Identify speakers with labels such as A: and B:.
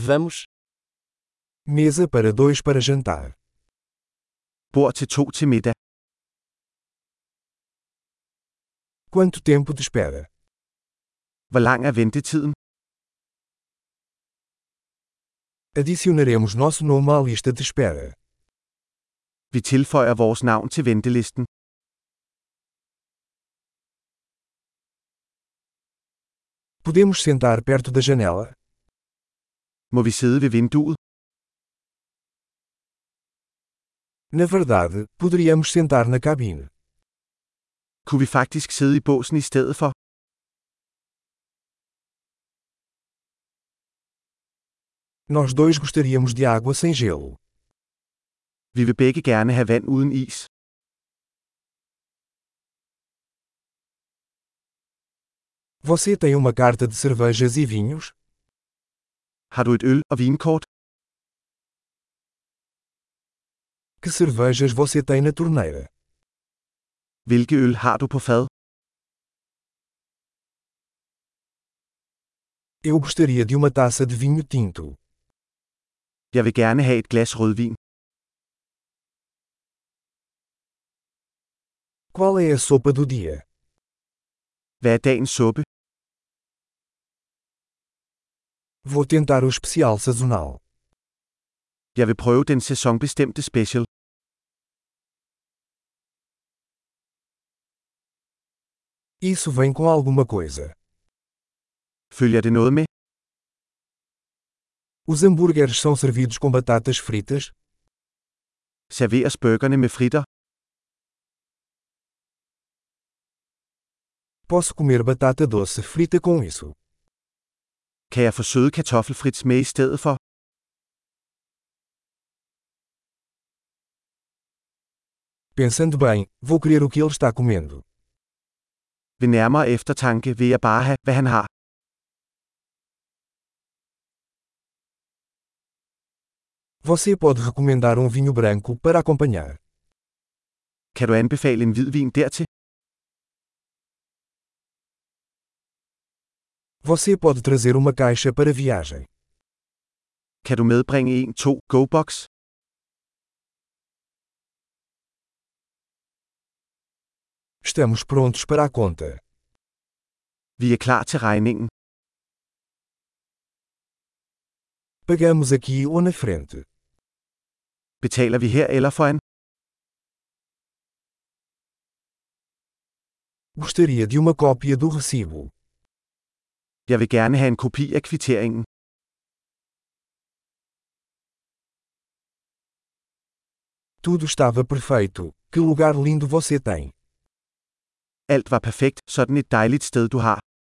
A: Vamos.
B: Mesa para dois para jantar.
C: Bord til to til middag.
B: Quanto tempo de espera?
C: Hvor lang er ventetiden?
B: Adicionaremos nosso nome à lista de espera.
C: Vi tilføjer vores navn til ventelisten.
B: Podemos sentar perto da janela?
C: Må vi sidde ved vinduet?
B: Na verdade, poderíamos sentar na cabine.
C: Kunne vi faktisk sidde i båsen i stedet for?
B: Nós dois gostaríamos de água sem gelo.
C: Vi vil begge gerne have vand uden is.
B: Você tem uma carta de cervejas e vinhos?
C: Har du et øl og vinkort?
B: Que cervejas você tem na torneira?
C: Hvilke øl har du på fad?
B: Eu gostaria de uma taça de vinho tinto.
C: Jeg vil gerne have et glas rødvin.
B: Qual é a sopa do dia?
C: Hvad er dagens suppe?
B: Vou tentar o especial sazonal.
C: Jeg vil prøve den sæsonbestemte special.
B: Isso vem com alguma coisa.
C: Følger det noget med?
B: Os hambúrgueres são servidos com batatas fritas?
C: Serveres burgerne med fritter?
B: Posso comer batata doce frita com isso?
C: Kan jeg få søde kartoffelfrits med i stedet for?
B: Pensando bem, vou querer o que ele está comendo.
C: Ved nærmere eftertanke vil jeg bare have, hvad han har.
B: Você pode recomendar um vinho branco para acompanhar.
C: Kan du anbefale en hvidvin dertil?
B: Você pode trazer uma caixa para viagem.
C: Kan du medbringe en 2 GoBox?
B: Estamos prontos para a conta.
C: Vi er klar til regningen.
B: Pagamos aqui ou na frente.
C: Betaler vi her eller foran?
B: Gostaria de uma cópia do recibo.
C: Jeg vil gerne have en kopi af kvitteringen.
B: Tudo estava perfeito. Que lugar lindo você tem!
C: Alt var perfekt, sådan et dejligt sted du har.